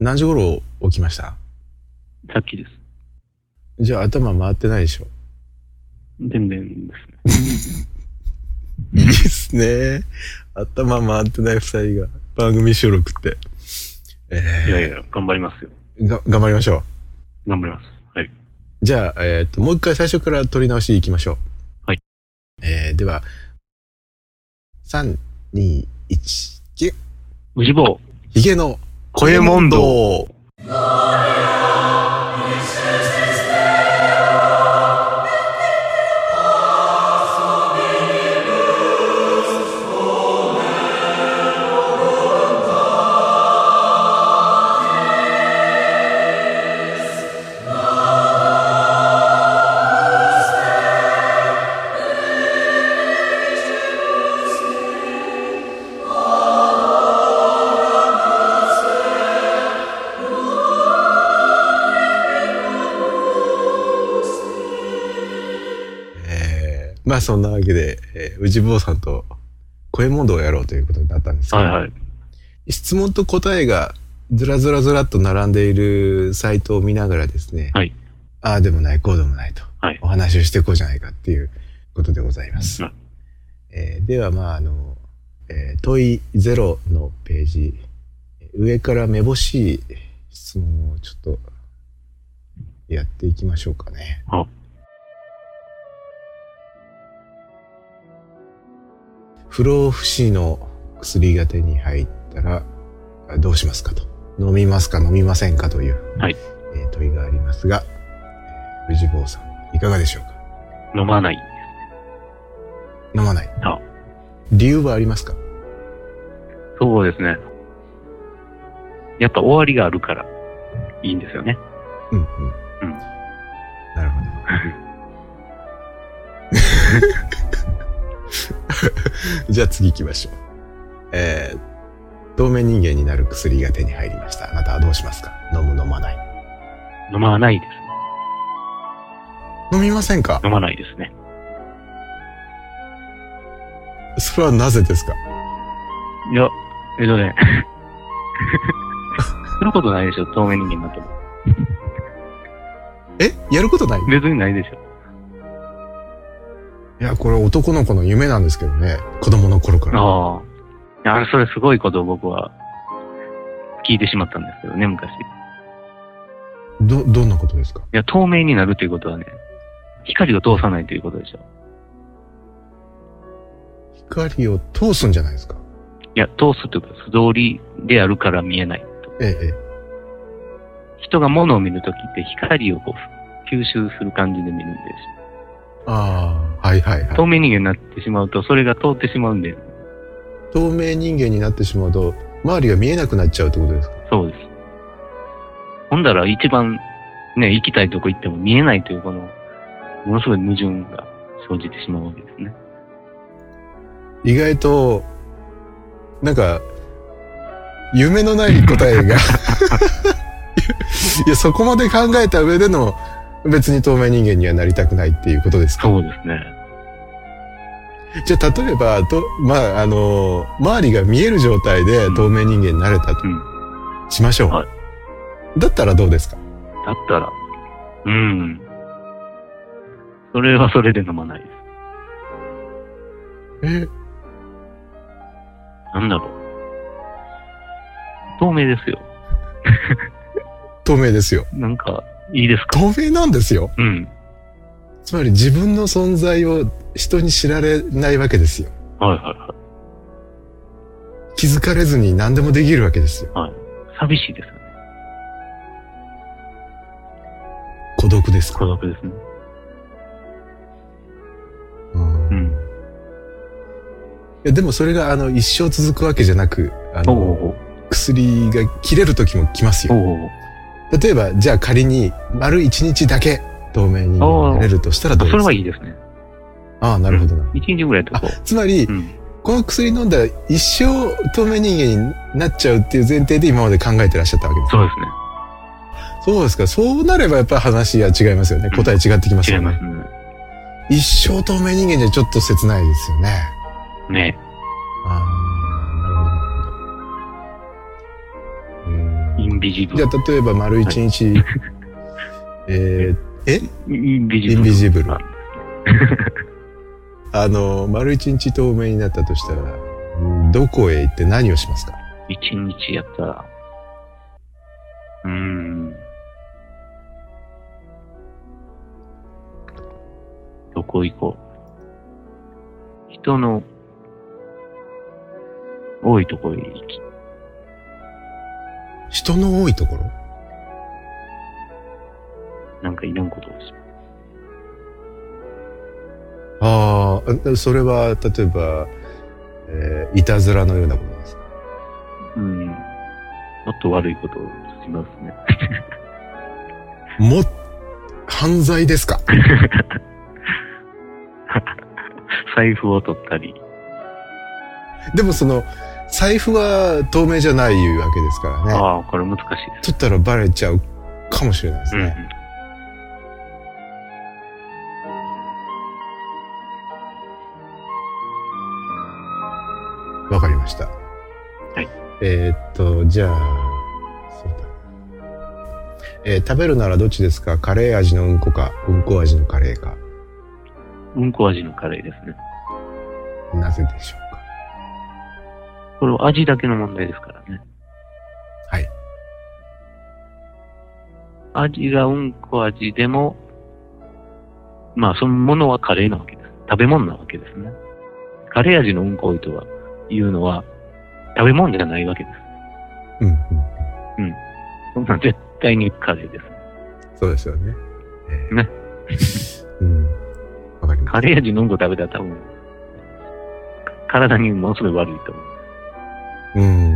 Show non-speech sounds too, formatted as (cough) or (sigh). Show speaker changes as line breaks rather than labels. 何時頃起きました
さっきです。
じゃあ頭回ってないでしょ。
全然ですね。
いいですね。頭回ってない二人が番組収録って。え
い
ー
やいや、頑張りますよ。
が頑張りましょ
頑張ります。はい。
う。じゃあ、えっ、と、もう一回最初から取り直しいきましょう。
はい。
えー、では、3、2、1、キュッ
宇治坊。
ヒゲの
声問答。
えー、まあそんなわけで、えー、宇治坊さんと声問答をやろうということになったんですけど、
はいはい。
質問と答えがずらずらずらっと並んでいるサイトを見ながらですね、
はい
ああでもない、こうでもないと、
はい
お話をしていこうじゃないかっていうことでございます。
はい
えーでは、まあ、あの、えー問いゼロのページ、上からめぼしい質問をちょっとやっていきましょうかね。
あ
不老不死の薬が手に入ったら、あどうしますかと。飲みますか飲みませんかという、
はい
えー問いがありますが、えー藤坊さん、いかがでしょうか
飲まない。
飲まない。
あ
理由はありますか
そうですね。やっぱ終わりがあるから、いいんですよね。
うんうん。
うん
なるほど。 (laughs) じゃあ次行きましょう。えー、透明人間になる薬が手に入りました。あなたはどうしますか飲む飲まない。
飲まないで
飲みませんか
す。飲まないですね。
それはなぜですか
いや、えっと (laughs) ね。することないでしょ、透明人間になっても。
えやることない
別にないでしょ。
いや、これ男の子の夢なんですけどね。子供の頃から。
ああ。いや、それすごいことを僕は聞いてしまったんですけどね、昔。い
ど、どんなことですか
や、透明になるということはね、光を通さないということでしょ。
光を通すんじゃないですか
いや、通すというか、素通りであるから見えないと。
ええ、ええ。
人が物を見るときって光をこう吸収する感じで見るんですよ
ああ、はいはいはい。
透明人間になってしまうと、それが通ってしまうんで、
透明人間になってしまうと、周りが見えなくなっちゃうってことですか
そうです。ほんだら一番ね、行きたいとこ行っても見えないというこの、ものすごい矛盾が生じてしまうわけですね。
意外と、なんか、夢のない答えが。いや、そこまで考えた上での、別に透明人間にはなりたくないっていうことですか
そうですね。
じゃあ、例えば、と、まあ、あの、周りが見える状態で
うん
透明人間になれたと
うん。
しましょう。
はい
だったらどうですか
だったら、うん。それはそれで飲まないです。
え、
なんだろう。透明ですよ。
透明ですよ。
なんか、いいですか
透明なんですよ。
うん。
つまり自分の存在を人に知られないわけですよ。
はいはいはい。
気づかれずに何でもできるわけですよ。
寂しいですよね。
孤独ですか
孤独ですね。
うん
う
い
ん。
やでもそれがあの一生続くわけじゃなく、あ
おうおう
の薬が切れる時も来ます
おうお
よ。
うおう
例えば、じゃあ仮に丸一日だけ透明になれるとしたら
お
ど
う
う
そ
です
れ
か
はいいですね。
ああ、なるほどな。
一日ぐらいとこ
つまり
う。う、ん。
この薬飲んだら一生透明人間になっちゃうっていう前提で今まで考えてらっしゃったわけです。
そうですね。
そうですか。そうなればやっぱり話は違いますよね。答え違ってきます
違い
よ
ま
ね
す。ね。
一生透明人間じゃちょっと切ないですよね。
ね
ああ、なるほど、なるほど。うーん
陰インビジブ
じ
ル
ゃ。あ、例えば、丸一日、えー
インビジ
(laughs) イ
ブ
ン
ル
ビ。ジブル
あ。
(laughs) あの、丸一日透明になったとしたら、うんどこへ行って何をしますか
一日やったら。うーん。どこ行こう。人の多いとこへ行き。
人の多いところ
なんかいらんことをし
ああ、それは、例えば、えーいたずらのようなことですか
うん。もっと悪いことをしますね。 (laughs)
も、犯罪ですか
財布を取ったり。
でもその、財布は透明じゃないいうわけですからね。
ああ、これ難しいで
取ったらバレちゃうかもしれないです
す。うんうん
ね。。わ、かりました。
い
えーっと、じゃあ、そうだな。えー食べるならどっちですかカレー味のうんこか、うんこ味のカレーか。
うんこ味のカレーですね。
なぜでしょうか
これは味だけの問題ですからね。
はい。
味がうんこ味でも、まあそのものはカレーなわけです。食べ物なわけですね。カレー味のうんこいとは、いうのは、食べ物じゃないわけです。
うん、うん。
そんなん絶対にカレーです。
そうですよね。えー
ね。
うん。わかりま
カレー味のうんこ食べたら多分、体にものすごい悪いと思う。
す。うん。